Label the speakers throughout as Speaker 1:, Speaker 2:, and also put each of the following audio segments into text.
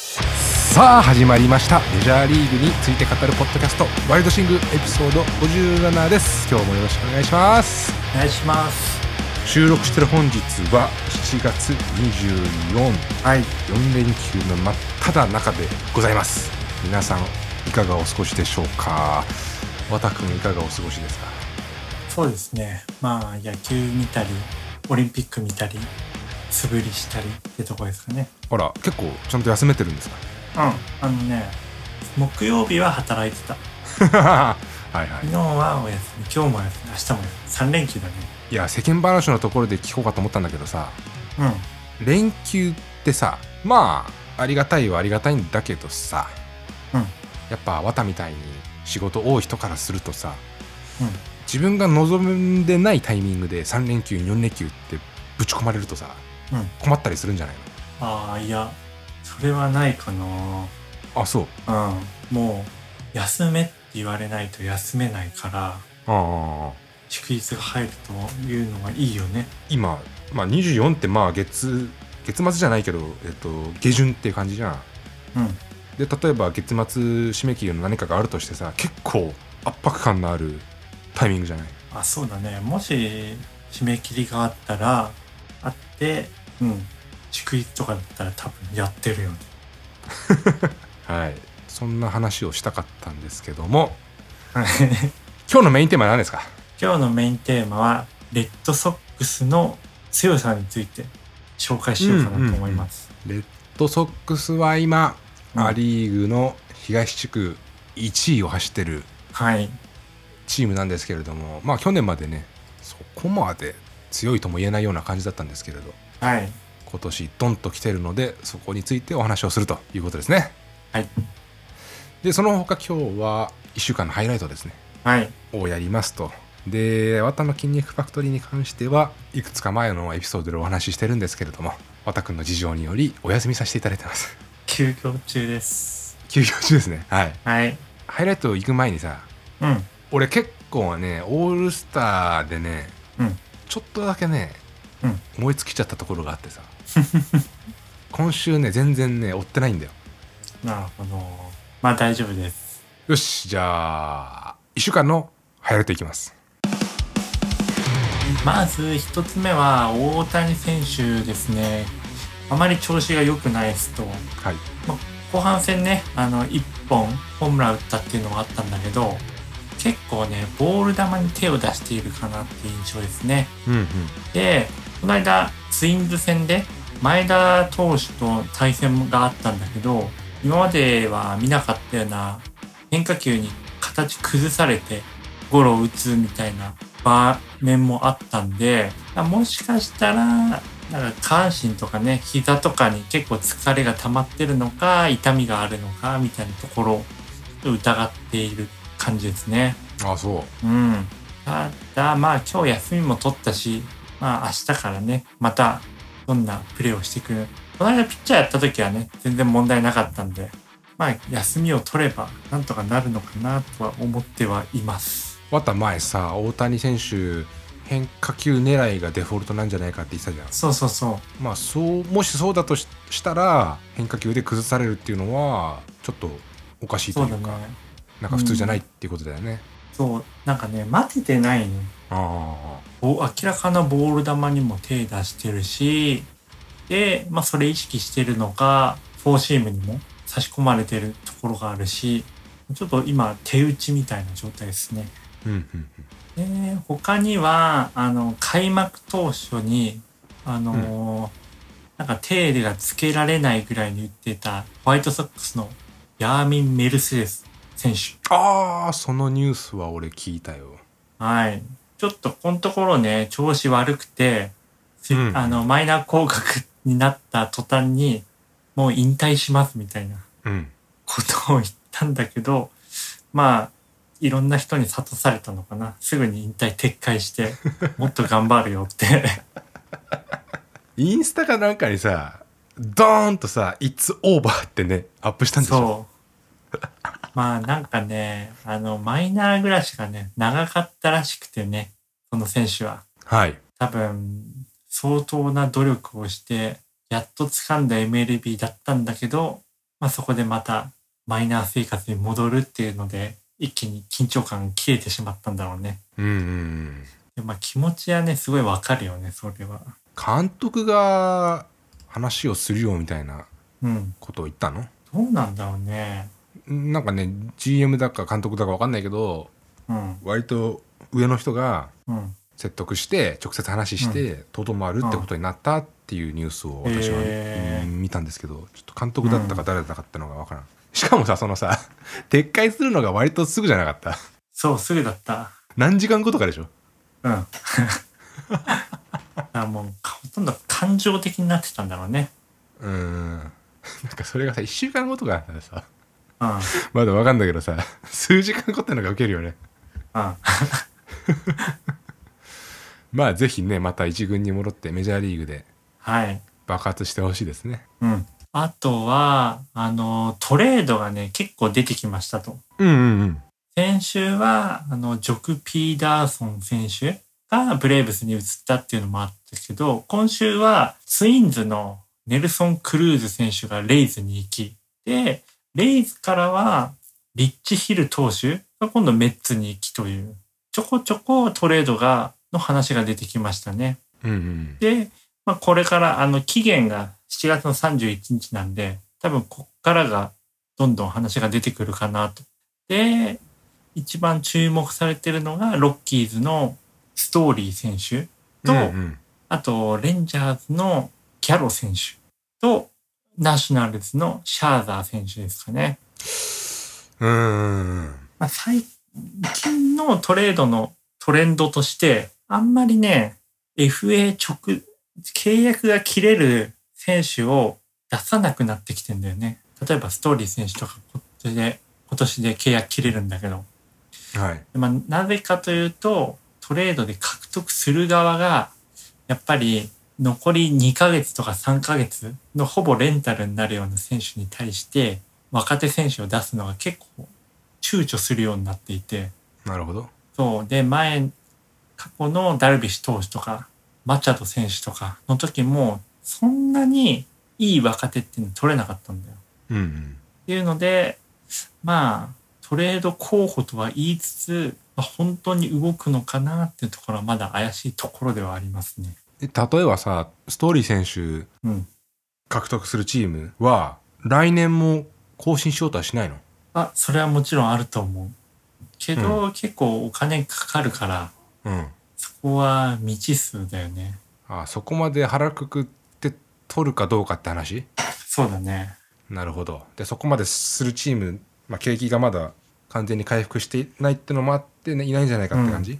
Speaker 1: さあ始まりましたメジャーリーグについて語るポッドキャストワイルドシングエピソード57です今日もよろしくお願いします
Speaker 2: お願いします
Speaker 1: 収録してる本日は7月24
Speaker 2: はい
Speaker 1: 4連休の真っ只中でございます皆さんいかがお過ごしでしょうか和田君いかがお過ごしですか
Speaker 2: そうですねまあ野球見たりオリンピック見たり素振りしたりってとこですかね
Speaker 1: ほら結構ちゃんと休めてるんですか
Speaker 2: うんあのね木曜日は働いてた
Speaker 1: はいはい
Speaker 2: 昨日はお休み今日もお休み明日もお休み3連休だね
Speaker 1: いや世間話のところで聞こうかと思ったんだけどさ
Speaker 2: うん
Speaker 1: 連休ってさまあありがたいはありがたいんだけどさ、
Speaker 2: うん
Speaker 1: やっぱ綿みたいに仕事多い人からするとさ、
Speaker 2: うん
Speaker 1: 自分が望んでないタイミングで3連休4連休ってぶち込まれるとさ、
Speaker 2: うん
Speaker 1: 困ったりするんじゃない
Speaker 2: ああいやそれはないか
Speaker 1: のあそう
Speaker 2: なうんもう休めって言われないと休めないから
Speaker 1: ああ
Speaker 2: 祝日が入るというのがいいよね
Speaker 1: 今、まあ、24ってまあ月月末じゃないけど、えっと、下旬っていう感じじゃん
Speaker 2: うん
Speaker 1: で例えば月末締め切りの何かがあるとしてさ結構圧迫感のあるタイミングじゃない
Speaker 2: あそうだねもし締め切りがあったらあってうん祝日とかだったら多分やってるよね
Speaker 1: はい、そんな話をしたかったんですけども
Speaker 2: 今
Speaker 1: 今日のメインテーマは何ですか
Speaker 2: 日のメインテーマはレッドソックスの強さについて紹介しようかなと思います、
Speaker 1: レッドソックスは今、
Speaker 2: うん
Speaker 1: ア・リーグの東地区1位を走ってる
Speaker 2: はい
Speaker 1: チームなんですけれどもまあ去年までねそこまで強いとも言えないような感じだったんですけれど
Speaker 2: はい
Speaker 1: 今年ドンと来てるのでそこについてお話をするということですね
Speaker 2: はい
Speaker 1: でその他今日は1週間のハイライトですね
Speaker 2: はい
Speaker 1: をやりますと。で、ワタの筋肉ファクトリーに関しては、いくつか前のエピソードでお話ししてるんですけれども、ワタ君の事情によりお休みさせていただいてます。
Speaker 2: 休業中です
Speaker 1: 休業中ですね。はい。
Speaker 2: はい
Speaker 1: ハイライト行く前にさ、
Speaker 2: うん
Speaker 1: 俺結構ね、オールスターでね、
Speaker 2: うん
Speaker 1: ちょっとだけね、
Speaker 2: うん
Speaker 1: 思いつきちゃったところがあってさ、 今週ね、全然ね、追ってないんだよ。
Speaker 2: なるほどまあ大丈夫です
Speaker 1: よし、じゃあ、1週間のハイライトいきます。
Speaker 2: まず一つ目は大谷選手ですねあまり調子が良くないですと
Speaker 1: はい。
Speaker 2: 後半戦ねあの1本ホームラン打ったっていうのもあったんだけど結構ねボール球に手を出しているかなっていう印象ですね
Speaker 1: うんうん。
Speaker 2: でこの間ツインズ戦で前田投手と対戦があったんだけど今までは見なかったような変化球に形崩されてゴロを打つみたいな場面もあったんであもしかしたらなんか下半身とかね膝とかに結構疲れが溜まってるのか痛みがあるのかみたいなところをちょっと疑っている感じですね。
Speaker 1: ああ、そう。
Speaker 2: うん。ただ、まあ今日休みも取ったし、まあ明日からね、またどんなプレーをしてくる。この間ピッチャーやった時はね、全然問題なかったんで、まあ休みを取ればなんとかなるのかなとは思ってはいます。
Speaker 1: また前さ大谷選手変化球狙いがデフォルトなんじゃないかって言ってたじゃん
Speaker 2: そうそうそう。
Speaker 1: まあそうもしそうだとししたら変化球で崩されるっていうのはちょっとおかしいと
Speaker 2: そ
Speaker 1: いうう
Speaker 2: だ
Speaker 1: か
Speaker 2: ね。
Speaker 1: なんか普通じゃないっていうことだよね、
Speaker 2: そう。なんかね、待ててないね。
Speaker 1: あ
Speaker 2: ぼ明らかなボール球にも手出してるし、で、まあそれ意識してるのか、フォーシームにも差し込まれてるところがあるし、ちょっと今手打ちみたいな状態ですね。
Speaker 1: あうんうんうん
Speaker 2: で、他には、あの、開幕当初に、あのーなんか手入れがつけられないぐらいに打ってたホワイトソックスのヤーミン・メルセデス選手。
Speaker 1: ああそのニュースは俺聞いたよ
Speaker 2: はい。ちょっとこのところね、調子悪くて、せ
Speaker 1: うん
Speaker 2: あの、マイナー降格になった途端に、もう引退しますみたいな
Speaker 1: うん
Speaker 2: ことを言ったんだけど、まあ、いろんな人に諭されたのかな。すぐに引退撤回 して、もっと頑張るよって。
Speaker 1: インスタかなんかにさドーンとさ「It's over」ってねアップしたんでしょ
Speaker 2: そう。まあなんかね、あの、マイナー暮らしがね、長かったらしくてね、その選手は。
Speaker 1: はい
Speaker 2: 多分相当な努力をしてやっと掴んだ MLB だったんだけどまあ、そこでまたマイナー生活に戻るっていうので、一気に緊張感が切れてしまったんだろうね。
Speaker 1: うんうんうん
Speaker 2: でまあ、気持ちはね、すごいわかるよね、それは。
Speaker 1: 監督が話をするよみたいな
Speaker 2: うん。
Speaker 1: ことを言ったの
Speaker 2: どうなんだろうね。
Speaker 1: なんかね GM だか監督だか分かんないけど
Speaker 2: うん。
Speaker 1: 割と上の人が
Speaker 2: うん。
Speaker 1: 説得して直接話してとどまるってことになったっていうニュースを私は、
Speaker 2: へー
Speaker 1: うん見たんですけどちょっと監督だったか誰だったかってのが分からんしかもさそのさ撤回するのが割とすぐじゃなかった
Speaker 2: そう、すぐだった。
Speaker 1: 何時間後とかでしょ
Speaker 2: うん。 だからもう、ほとんど感情的になってたんだろうね。
Speaker 1: うんなんかそれがさ1週間後とかだったらさ
Speaker 2: うん。うん。
Speaker 1: まだ分かんだけどさ数時間後ってのがウケるよねまあぜひねまた一軍に戻ってメジャーリーグで
Speaker 2: はい。
Speaker 1: 爆発してほしいですね
Speaker 2: うん。あとは、あの、トレードがね、結構出てきましたと。
Speaker 1: うんうんうん
Speaker 2: 先週は、あの、ジョク・ピーダーソン選手がブレーブスに移ったっていうのもあったけど、今週はツインズのネルソン・クルーズ選手がレイズに行き、で、レイズからはリッチ・ヒル投手が今度メッツに行きという、ちょこちょこトレードが、の話が出てきましたね。
Speaker 1: うんうん
Speaker 2: で、まあ、これから、あの、期限が7月の31日なんで、多分こっからがどんどん話が出てくるかなと。で、一番注目されてるのが、ロッキーズのストーリー選手と、
Speaker 1: うんうん
Speaker 2: あと、レンジャーズのギャロ選手と、ナショナルズのシャーザー選手ですかね。
Speaker 1: うんうんうん
Speaker 2: まあ、最近のトレードのトレンドとして、あんまりね、FA 直、契約が切れる選手を出さなくなってきてんだよね。例えばストーリー選手とか今年で、今年で契約切れるんだけど。
Speaker 1: はい
Speaker 2: まあ、なぜかというと、トレードで獲得する側が、やっぱり残り2ヶ月とか3ヶ月のほぼレンタルになるような選手に対して、若手選手を出すのが結構躊躇するようになっていて、
Speaker 1: なるほど
Speaker 2: そう。で、前、過去のダルビッシュ投手とか、マチャド選手とかの時も、そんなにいい若手っていうの取れなかったんだよ。
Speaker 1: うんうん
Speaker 2: っていうので、まあ、トレード候補とは言いつつ、まあ、本当に動くのかなっていうところはまだ怪しいところではありますね。
Speaker 1: え例えばさストーリー選手
Speaker 2: うん。
Speaker 1: 獲得するチームは来年も更新しようとはしないの
Speaker 2: あ、それはもちろんあると思う。けど、結構お金かかるから、
Speaker 1: うん
Speaker 2: そこは未知数だよね。
Speaker 1: あそこまで腹くくって取るかどうかって話
Speaker 2: そうだね。
Speaker 1: なるほどでそこまでするチーム、まあ、景気がまだ完全に回復していないってのもあって、ね、いないんじゃないかって感じ、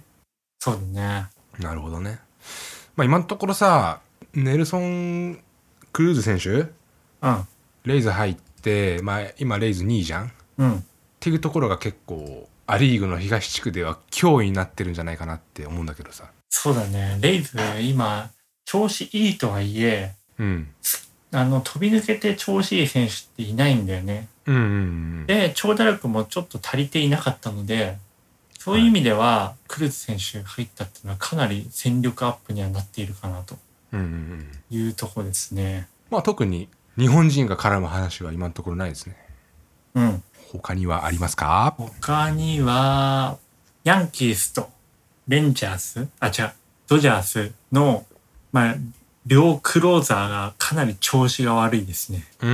Speaker 2: そうだね。
Speaker 1: なるほどね、まあ、今のところさネルソン・クルーズ選手
Speaker 2: うん。
Speaker 1: レイズ入って、まあ、今レイズ2位じゃんっ
Speaker 2: うん。
Speaker 1: ていうところが結構ア・リーグの東地区では脅威になってるんじゃないかなって思うんだけどさ
Speaker 2: そうだね。レイズ、今、調子いいとはいえ、
Speaker 1: うん
Speaker 2: あの、飛び抜けて調子いい選手っていないんだよね。
Speaker 1: うんうんうん
Speaker 2: で、長打力もちょっと足りていなかったので、そういう意味では、クルーズ選手入ったっていうのはかなり戦力アップにはなっているかなと
Speaker 1: うんうんうん
Speaker 2: いうとこですね。
Speaker 1: まあ特に日本人が絡む話は今のところないですね
Speaker 2: うん。
Speaker 1: 他にはありますか
Speaker 2: 他には、ヤンキースとレンジャース、あ、違う、ドジャースの、まあ、両クローザーがかなり調子が悪いですね。
Speaker 1: うんう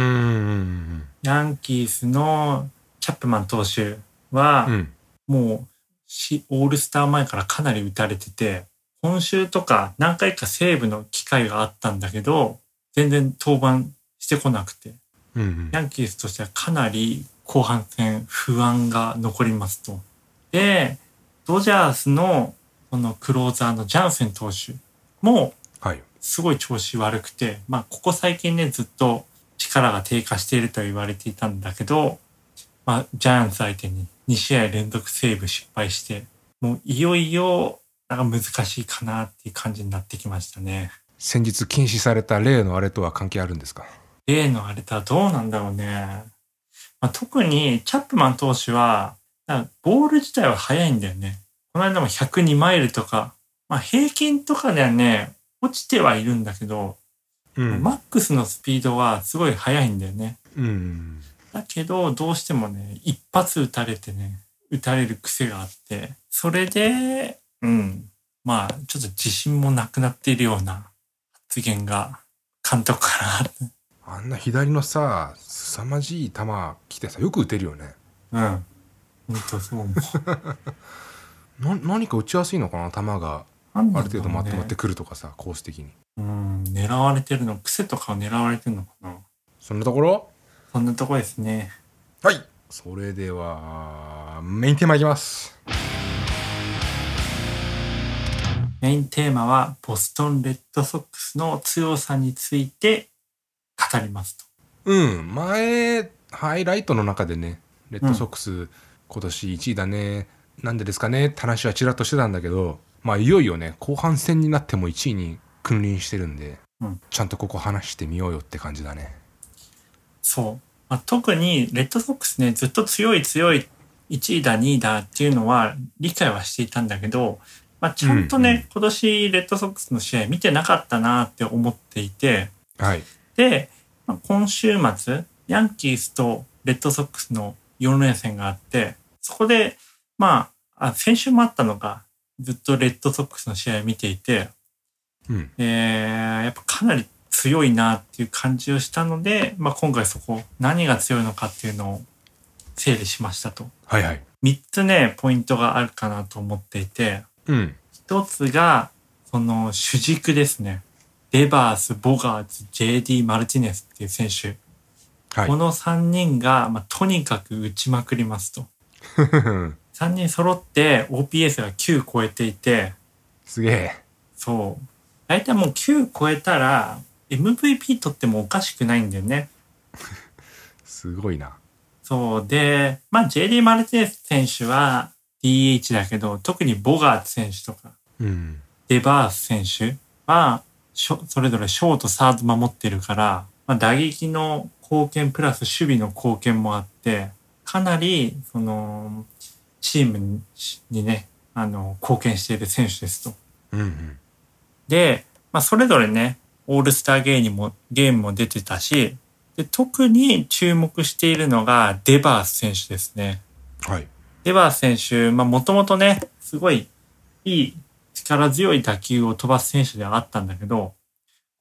Speaker 1: ん
Speaker 2: ヤンキースのチャップマン投手は、
Speaker 1: うんうん
Speaker 2: もうし、オールスター前からかなり打たれてて、今週とか何回かセーブの機会があったんだけど、全然登板してこなくて、
Speaker 1: うんうん
Speaker 2: ヤンキースとしてはかなり後半戦不安が残りますと。で、ドジャースのこのクローザーのジャンセン投手も
Speaker 1: はい。
Speaker 2: すごい調子悪くて、まあ、ここ最近ね、ずっと力が低下していると言われていたんだけど、まあ、ジャイアンツ相手に2試合連続セーブ失敗して、もういよいよ、なんか難しいかなっていう感じになってきましたね。
Speaker 1: 先日禁止された例のあれとは関係あるんですか
Speaker 2: 例のあれとはどうなんだろうね。まあ、特に、チャップマン投手は、なんかボール自体は速いんだよね。この間も102マイルとか、まあ、平均とかではね、落ちてはいるんだけど、
Speaker 1: う
Speaker 2: マックスのスピードはすごい速いんだよね。
Speaker 1: うん。
Speaker 2: だけど、どうしてもね、一発打たれてね、打たれる癖があって、それで、うん、まあ、ちょっと自信もなくなっているような発言が監督からあって
Speaker 1: あんな左のさ凄まじい球来てさよく打てるよね
Speaker 2: うん。本当そう思う。
Speaker 1: な何か打ちやすいのかな球が
Speaker 2: なん
Speaker 1: ある
Speaker 2: だろうね
Speaker 1: 程度まとまってくるとかさコース的に
Speaker 2: うん、狙われてるの、癖とかを狙われてるのかな。
Speaker 1: そんなところ
Speaker 2: そんなとこですね。
Speaker 1: はいそれではメインテーマいきます
Speaker 2: メインテーマは、ボストン・レッドソックスの強さについて語りますと。
Speaker 1: うん前ハイライトの中でねレッドソックス、今年1位だねなんでですかねって話はちらっとしてたんだけどまあいよいよね後半戦になっても1位に君臨してるんで、
Speaker 2: うん
Speaker 1: ちゃんとここ話してみようよって感じだね
Speaker 2: そう。まあ、特に、レッドソックスね、ずっと強い強い、1位だ、2位だっていうのは理解はしていたんだけど、まあ、ちゃんとね、
Speaker 1: うんうん
Speaker 2: 今年レッドソックスの試合見てなかったなって思っていて、
Speaker 1: はい
Speaker 2: で、まあ今週末、ヤンキースとレッドソックスの4連戦があって、そこで、まあ、あ先週もあったのか、ずっとレッドソックスの試合を見ていて、
Speaker 1: うん
Speaker 2: えーやっぱかなり強いなっていう感じをしたので、まあ、今回そこ、何が強いのかっていうのを整理しましたと。
Speaker 1: はいはい
Speaker 2: 3つね、ポイントがあるかなと思っていて、
Speaker 1: うん
Speaker 2: 1つが、その主軸ですね。デバース、ボガーツ、JD、マルティネスっていう選手。
Speaker 1: はい
Speaker 2: この3人が、まあ、とにかく打ちまくりますと。3人揃って OPS が9超えていて、
Speaker 1: すげえ
Speaker 2: そう。大体もう9超えたら、MVP 取ってもおかしくないんだよね。
Speaker 1: すごいな
Speaker 2: そう。で、まあ、JD マルティネス選手は DH だけど、特にボガーツ選手とか、
Speaker 1: うん
Speaker 2: デバース選手は、しょそれぞれショート、サード守ってるから、まあ、打撃の貢献プラス守備の貢献もあって、かなり、その、チームににね、あの、貢献している選手ですと。
Speaker 1: うんうん
Speaker 2: で、まあ、それぞれね、オールスターゲーにも、ゲームも出てたし、で特に注目しているのがデバース選手ですね。
Speaker 1: はい
Speaker 2: デバース選手、まあもともとね、すごいいい力強い打球を飛ばす選手ではあったんだけど、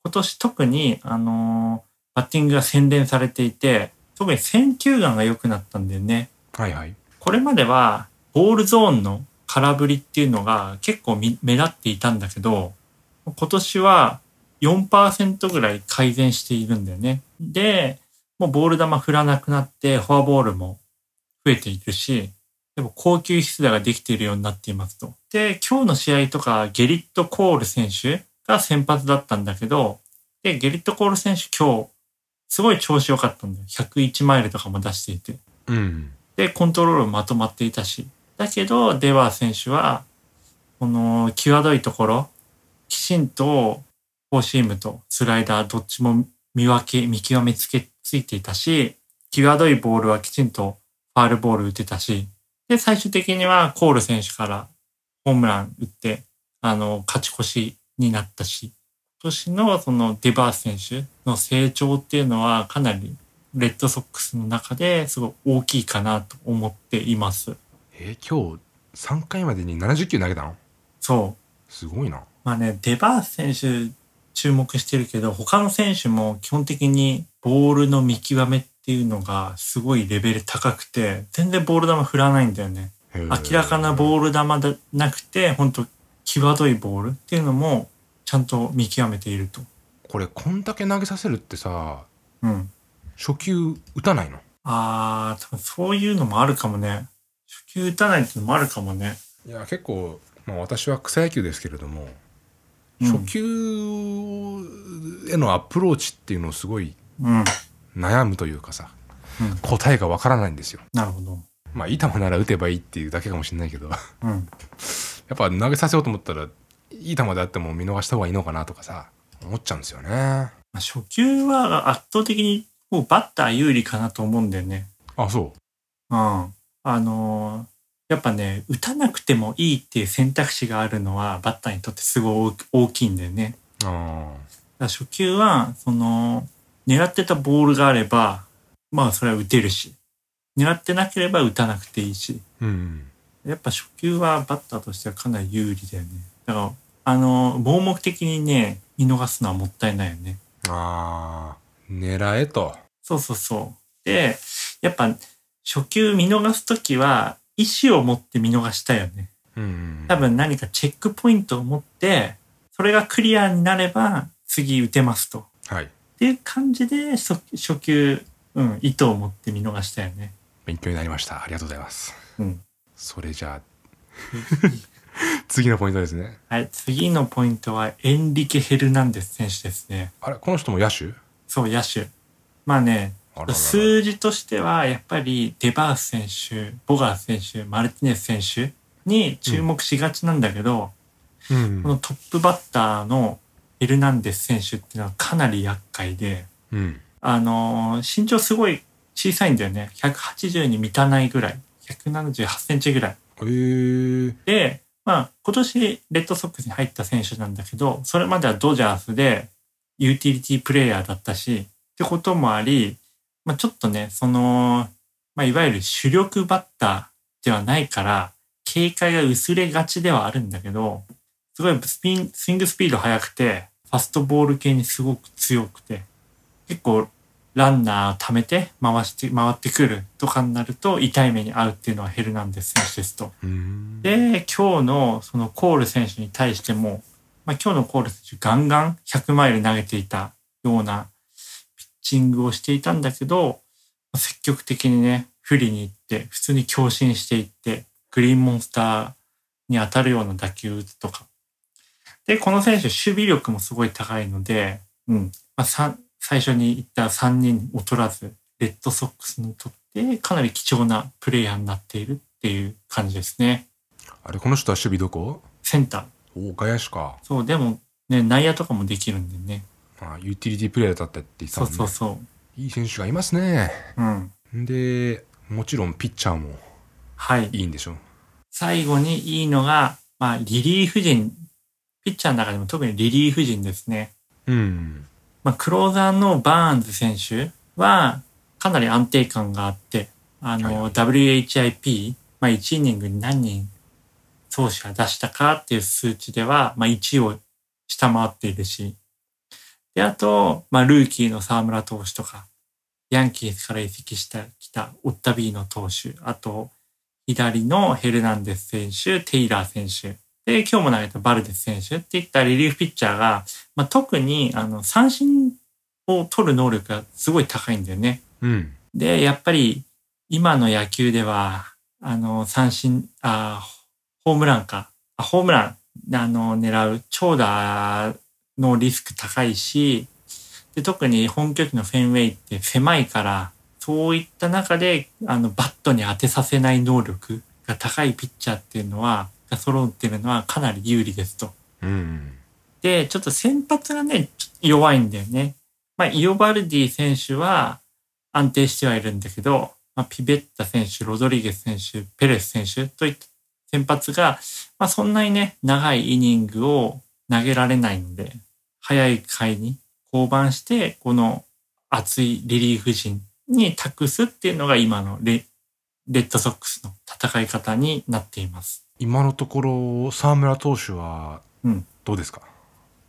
Speaker 2: 今年特に、あのーバッティングが洗練されていて、特に選球眼が良くなったんだよね。
Speaker 1: はいはい
Speaker 2: これまでは、ボールゾーンの空振りっていうのが結構み目立っていたんだけど、今年は4%ぐらい改善しているんだよね。で、もうボール球振らなくなって、フォアボールも増えているし、でも高級筆打ができているようになっていますと。で、今日の試合とか、ゲリット・コール選手が先発だったんだけど、で、ゲリット・コール選手今日、すごい調子良かったんだよ。101マイルとかも出していて。
Speaker 1: うん
Speaker 2: で、コントロールまとまっていたし。だけど、デバー選手は、この、際どいところ、きちんと、フォーシームとスライダー、どっちも見分け、見極めつけついていたし、際どいボールはきちんとファールボール打てたし、で、最終的にはコール選手からホームラン打って、あの、勝ち越しになったし、今年のそのデバース選手の成長っていうのはかなりレッドソックスの中ですごい大きいかなと思っています。
Speaker 1: えー今日3回までに70球投げたの
Speaker 2: そう。
Speaker 1: すごいな
Speaker 2: まあね、デバース選手注目してるけど、他の選手も基本的にボールの見極めっていうのがすごいレベル高くて、全然ボール球振らないんだよね。明らかな
Speaker 1: ー
Speaker 2: ボール球じゃなくて、本当際どいボールっていうのもちゃんと見極めていると。
Speaker 1: これこんだけ投げさせるってさ
Speaker 2: うん。
Speaker 1: 初球打たないの
Speaker 2: あー、多分そういうのもあるかもね。初球打たないっていうのもあるかもね。
Speaker 1: いや結構、まあ、私は草野球ですけれども、
Speaker 2: うん
Speaker 1: 初球へのアプローチっていうのをすごい
Speaker 2: うん。
Speaker 1: 悩むというかさ、
Speaker 2: うん
Speaker 1: 答えがわからないんですよ
Speaker 2: なるほど。
Speaker 1: まあいい球なら打てばいいっていうだけかもしれないけど や
Speaker 2: うん。
Speaker 1: っぱ投げさせようと思ったらいい球であっても見逃した方がいいのかなとかさ思っちゃうんですよね
Speaker 2: まあ初球は圧倒的にもうバッター有利かなと思うんだよね。
Speaker 1: あそ
Speaker 2: うん。あのーやっぱね、打たなくてもいいっていう選択肢があるのはバッターにとってすごい大き大きいんだよね。
Speaker 1: うあ
Speaker 2: だから初球は、その、狙ってたボールがあれば、まあそれは打てるし、狙ってなければ打たなくていいし、
Speaker 1: うん。
Speaker 2: やっぱ初球はバッターとしてはかなり有利だよね。だから、あの、盲目的にね、見逃すのはもったいないよね。
Speaker 1: ああ、狙えと。
Speaker 2: そうそうそう。で、やっぱ初球見逃すときは、意思を持って見逃したいよね。
Speaker 1: うん。
Speaker 2: 多分何かチェックポイントを持って、それがクリアになれば、次打てますと。っ
Speaker 1: はい。
Speaker 2: ていう感じで、そ初球、うん、意図を持って見逃したよね。
Speaker 1: 勉強になりました。ありがとうございます。
Speaker 2: うん。
Speaker 1: それじゃ あ、次のポイントですね。
Speaker 2: はい、次のポイントは、エンリケ・ヘルナンデス選手ですね。
Speaker 1: あれ、この人も野手
Speaker 2: そう、野手。まあね、
Speaker 1: あららら
Speaker 2: 数字としては、やっぱりデバース選手、ボガース選手、マルティネス選手に注目しがちなんだけど、
Speaker 1: うん
Speaker 2: このトップバッターのエルナンデス選手っていうのはかなり厄介で、
Speaker 1: うん。
Speaker 2: あのー身長すごい小さいんだよね。180に満たないぐらい。178センチぐらい。
Speaker 1: えー、
Speaker 2: で、まあ、今年レッドソックスに入った選手なんだけど、それまではドジャースでユーティリティプレイヤーだったし、ってこともあり、まあちょっとね、その、まあいわゆる主力バッターではないから、警戒が薄れがちではあるんだけど、すごいスピン、スイングスピード速くて、ファストボール系にすごく強くて、結構ランナーを貯めて回して、回ってくるとかになると痛い目に遭うっていうのはヘルナンデス選手ですと。
Speaker 1: うん。
Speaker 2: で、今日のそのコール選手に対しても、まあ、今日のコール選手ガンガン100マイル投げていたようなピッチングをしていたんだけど、積極的にね、不利に行って、普通に強振していって、グリーンモンスターに当たるような打球を打つとか。で、この選手、守備力もすごい高いので、うん。まあ、さ最初に言った3人に劣らず、レッドソックスにとってかなり貴重なプレイヤーになっているっていう感じですね。
Speaker 1: あれ、この人は守備どこ
Speaker 2: センター。
Speaker 1: お外野手か。
Speaker 2: そう、でも、ね、内野とかもできるんでね。
Speaker 1: まあ、ユーティリティプレイヤーだったって言ってたも
Speaker 2: そうん
Speaker 1: ね。
Speaker 2: そうそ
Speaker 1: いい選手がいますね。
Speaker 2: う。うん。
Speaker 1: で、もちろんピッチャーも
Speaker 2: はい。
Speaker 1: いいんでしょ
Speaker 2: 最後にいいのが、まあ、リリーフ陣。ピッチャーの中でも特にリリーフ陣ですね。
Speaker 1: うん。
Speaker 2: まあ、クローザーのバーンズ選手は、かなり安定感があって、あ
Speaker 1: はいは
Speaker 2: の、WHIP、まあ、1イニングに何人投手が出したかっていう数値では、まあ、1を下回っているし、で、あと、まあ、ルーキーの沢村投手とか、ヤンキースから移籍してきたオッタビーノ投手、あと、左のヘルナンデス選手、テイラー選手、で、今日も投げたバルデス選手っていったリリーフピッチャーが、まあ、特にあの三振を取る能力がすごい高いんだよね。
Speaker 1: うん。
Speaker 2: で、やっぱり今の野球では、あの、三振、あホームランか。あホームラン、あの、狙う長打のリスク高いし、で、特に本拠地のフェンウェイって狭いから、そういった中で、あの、バットに当てさせない能力が高いピッチャーっていうのは、が揃ってるのはかなり有利ですと。
Speaker 1: うん。
Speaker 2: で、ちょっと先発がね、ちょっと弱いんだよね。まあ、イオバルディ選手は安定してはいるんだけど、まあ、ピベッタ選手、ロドリゲス選手、ペレス選手といった先発が、まあ、そんなにね、長いイニングを投げられないので、早い回に降板して、この熱いリリーフ陣に託すっていうのが今のレレッドソックスの戦い方になっています。
Speaker 1: 今のところ、沢村投手は
Speaker 2: うん、
Speaker 1: どうですか、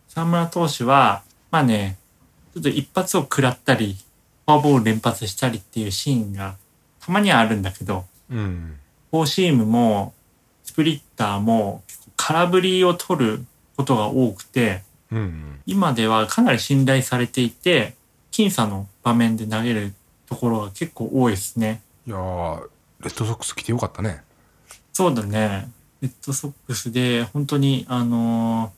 Speaker 2: 沢村投手は、まあね、ちょっと一発を食らったり、フォアボール連発したりっていうシーンがたまにはあるんだけど、
Speaker 1: うん。
Speaker 2: フォーシームもスプリッターも結構空振りを取ることが多くて、
Speaker 1: うん。
Speaker 2: 今ではかなり信頼されていて、僅差の場面で投げるところが結構多いですね。
Speaker 1: いやー、レッドソックス来てよかったね。
Speaker 2: そうだね。レッドソックスで本当に、あのー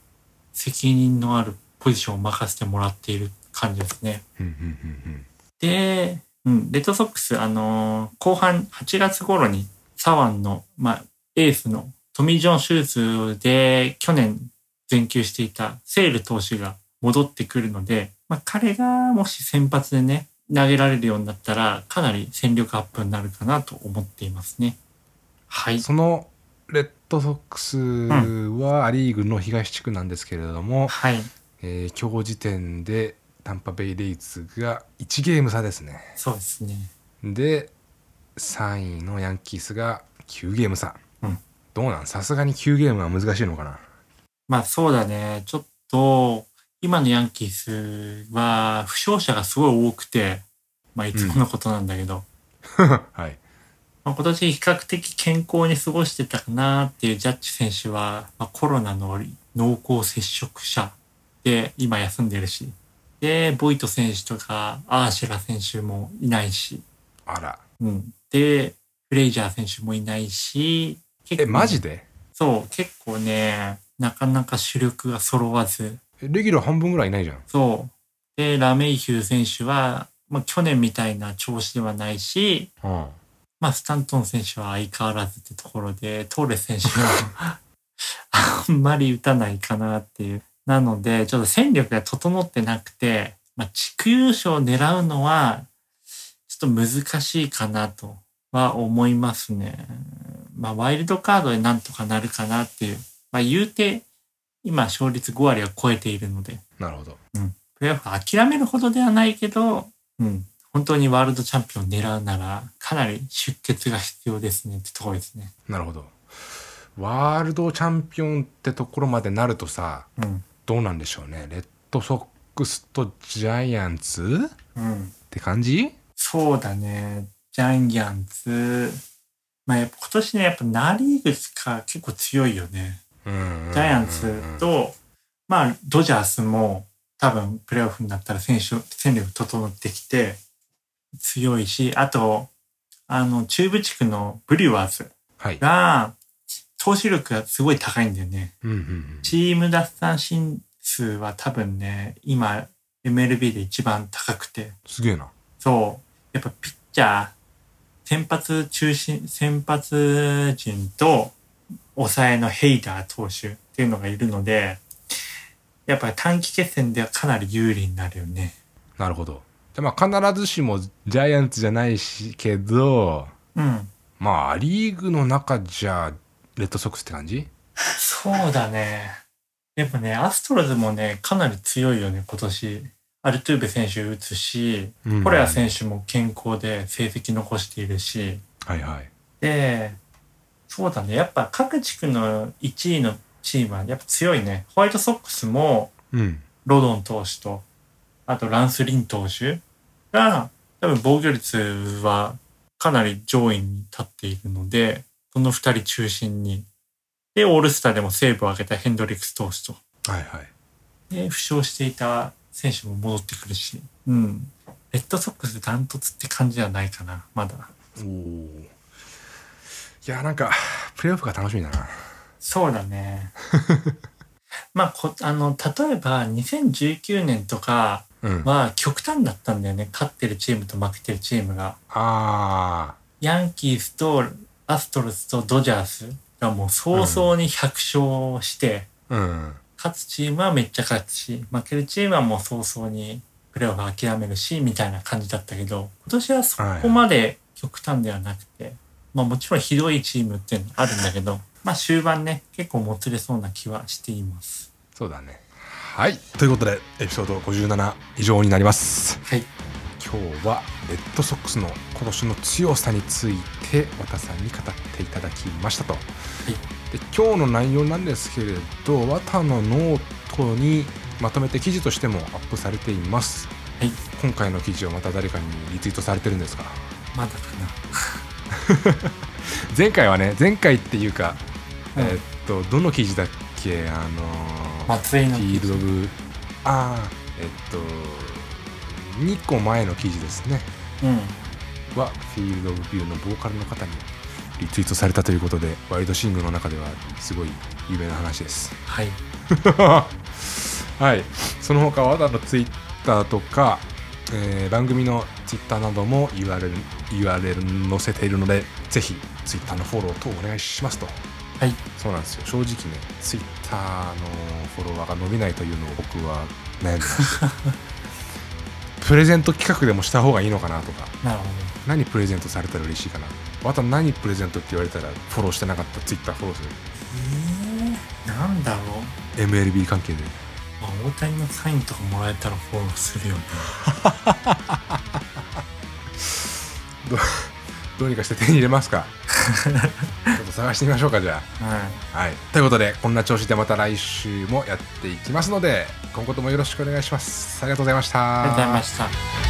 Speaker 2: 責任のあるポジションを任せてもらっている感じですね。
Speaker 1: うん、うん、
Speaker 2: で、うん、レッドソックス、あのー後半8月頃にサワンの、まあ、エースのトミー・ジョン手術で去年全休していたセール投手が戻ってくるので、まあ、彼がもし先発でね、投げられるようになったら、かなり戦力アップになるかなと思っていますね。は
Speaker 1: うん。
Speaker 2: い。
Speaker 1: その、レッドソックスはア・リーグの東地区なんですけれども、
Speaker 2: はい。
Speaker 1: えー今日時点でタンパベイ・レイツが1ゲーム差ですね。
Speaker 2: そうですね。
Speaker 1: で3位のヤンキースが9ゲーム差、
Speaker 2: うん
Speaker 1: どうなんさすがに9ゲームは難しいのかな
Speaker 2: まあそうだね。ちょっと、今のヤンキースは、負傷者がすごい多くて、まあいつものことなんだけど、
Speaker 1: はい
Speaker 2: まあ今年比較的健康に過ごしてたかなっていうジャッジ選手は、まあ、コロナの濃厚接触者で今休んでるし、で、ボイト選手とかアーシェラ選手もいないし、
Speaker 1: あら
Speaker 2: うん、で、フレイジャー選手もいないし、結
Speaker 1: え
Speaker 2: 構
Speaker 1: マジで
Speaker 2: そう、結構ね、なかなか主力が揃わず、
Speaker 1: えレギュラー半分ぐらいいないじゃん
Speaker 2: そう。で、ラメイヒュー選手は、まあ、去年みたいな調子ではないし、
Speaker 1: うん
Speaker 2: まあ、スタントン選手は相変わらずってところで、トーレス選手は あんまり打たないかなっていう。なので、ちょっと戦力が整ってなくて、まあ、地区優勝を狙うのは、ちょっと難しいかなとは思いますね。まあ、ワイルドカードでなんとかなるかなっていう。まあ、言うて、今、勝率5割を超えているので、
Speaker 1: なるほど
Speaker 2: プレーオフ諦めるほどではないけど、うん、本当にワールドチャンピオンを狙うなら、かなり出血が必要ですねってところですね。
Speaker 1: なるほどワールドチャンピオンってところまでなるとさ
Speaker 2: うん。
Speaker 1: どうなんでしょうねレッドソックスとジャイアンツっ
Speaker 2: うん。
Speaker 1: て感じ
Speaker 2: そうだね。ジャイアンツ。まあやっぱ今年ね、やっぱナリーグが結構強いよね。
Speaker 1: ジャ
Speaker 2: ジャイアンツと、まあドジャースも多分プレーオフになったら選手、戦力整ってきて強いし、あと、あの中部地区のブリュワーズ
Speaker 1: はい、
Speaker 2: が投手力がすごい高いんだよね。
Speaker 1: うんうんうん、
Speaker 2: チーム奪三振数は多分ね、今 MLB で一番高くて、
Speaker 1: すげえな
Speaker 2: そう、やっぱピッチャー、先発中心、先発陣と抑えのヘイダー投手っていうのがいるので、やっぱり短期決戦ではかなり有利になるよね。
Speaker 1: なるほどでまあ必ずしもジャイアンツじゃないしけど
Speaker 2: うん。
Speaker 1: まあア・リーグの中じゃレッドソックスって感じ
Speaker 2: そうだね。やっぱね、アストロズもね、かなり強いよね、今年。アルトゥーベ選手打つし、コレア選手も健康で成績残しているし、
Speaker 1: 手はいはい
Speaker 2: で、そうだね、やっぱ各地区の1位のチームはやっぱ強いね。ホワイトソックスも
Speaker 1: うん
Speaker 2: ロドン投手と、あとランス・リン投手が、多分防御率はかなり上位に立っているので、その2人中心に。で、オールスターでもセーブを挙げたヘンドリックス投手と。
Speaker 1: はいはい
Speaker 2: で、負傷していた選手も戻ってくるし、うん。レッドソックスダントツって感じではないかな、まだ。
Speaker 1: おおいやなんかプレーオフが楽しみだな
Speaker 2: そうだね。 まあ、こあの、例えば2019年とか
Speaker 1: うん、
Speaker 2: は極端だったんだよね。勝ってるチームと負けてるチームが。
Speaker 1: あ
Speaker 2: ヤンキースとアストロズとドジャースがもう早々に100勝して、
Speaker 1: ーうん
Speaker 2: 勝つチームはめっちゃ勝つし、負けるチームはもう早々にプレーオフ諦めるし、みたいな感じだったけど、今年はそこまで極端ではなくて、まあもちろんひどいチームっていうのあるんだけど、まあ終盤ね、結構もつれそうな気はしています。
Speaker 1: そうだねはいということでエピソード57以上になります
Speaker 2: はい。
Speaker 1: 今日はレッドソックスの今年の強さについて和田さんに語っていただきましたと、で今日の内容なんですけれど和田のノートにまとめて記事としてもアップされています
Speaker 2: はい。
Speaker 1: 今回の記事をまた誰かにリツイートされてるんですか
Speaker 2: まだか
Speaker 1: 前回はね前回っていうか、
Speaker 2: な。
Speaker 1: えーっとどの記事だっけあのー
Speaker 2: 松井
Speaker 1: フ
Speaker 2: の
Speaker 1: ィールド・オブああえっと2個前の記事ですね
Speaker 2: うん。
Speaker 1: はフィールド・オブ・ビューのボーカルの方にリツイートされたということでワイルドシングルの中ではすごい有名な話です
Speaker 2: はい。
Speaker 1: はいその他はたのツイッターとか、えー番組のツイッターなども URL, URL 載せているのでぜひツイッターのフォロー等お願いしますと
Speaker 2: はい。
Speaker 1: そうなんですよ正直ねツイッターのフォロワーが伸びないというのを僕は悩んでました プレゼント企画でもした方がいいのかなとか
Speaker 2: なるほど。
Speaker 1: 何プレゼントされたら嬉しいかなまた何プレゼントって言われたらフォローしてなかったツイッターフォローする
Speaker 2: えー、なんだろう。
Speaker 1: MLB 関係で
Speaker 2: まあ、大谷のサインとかもらえたらフォローするよね。
Speaker 1: どうどうにかして手に入れます かちょっと探してみましょうかじゃ
Speaker 2: はい。
Speaker 1: あ、はい、ということでこんな調子でまた来週もやっていきますので今後ともよろしくお願いしますありがとうございました
Speaker 2: ありがとうございました。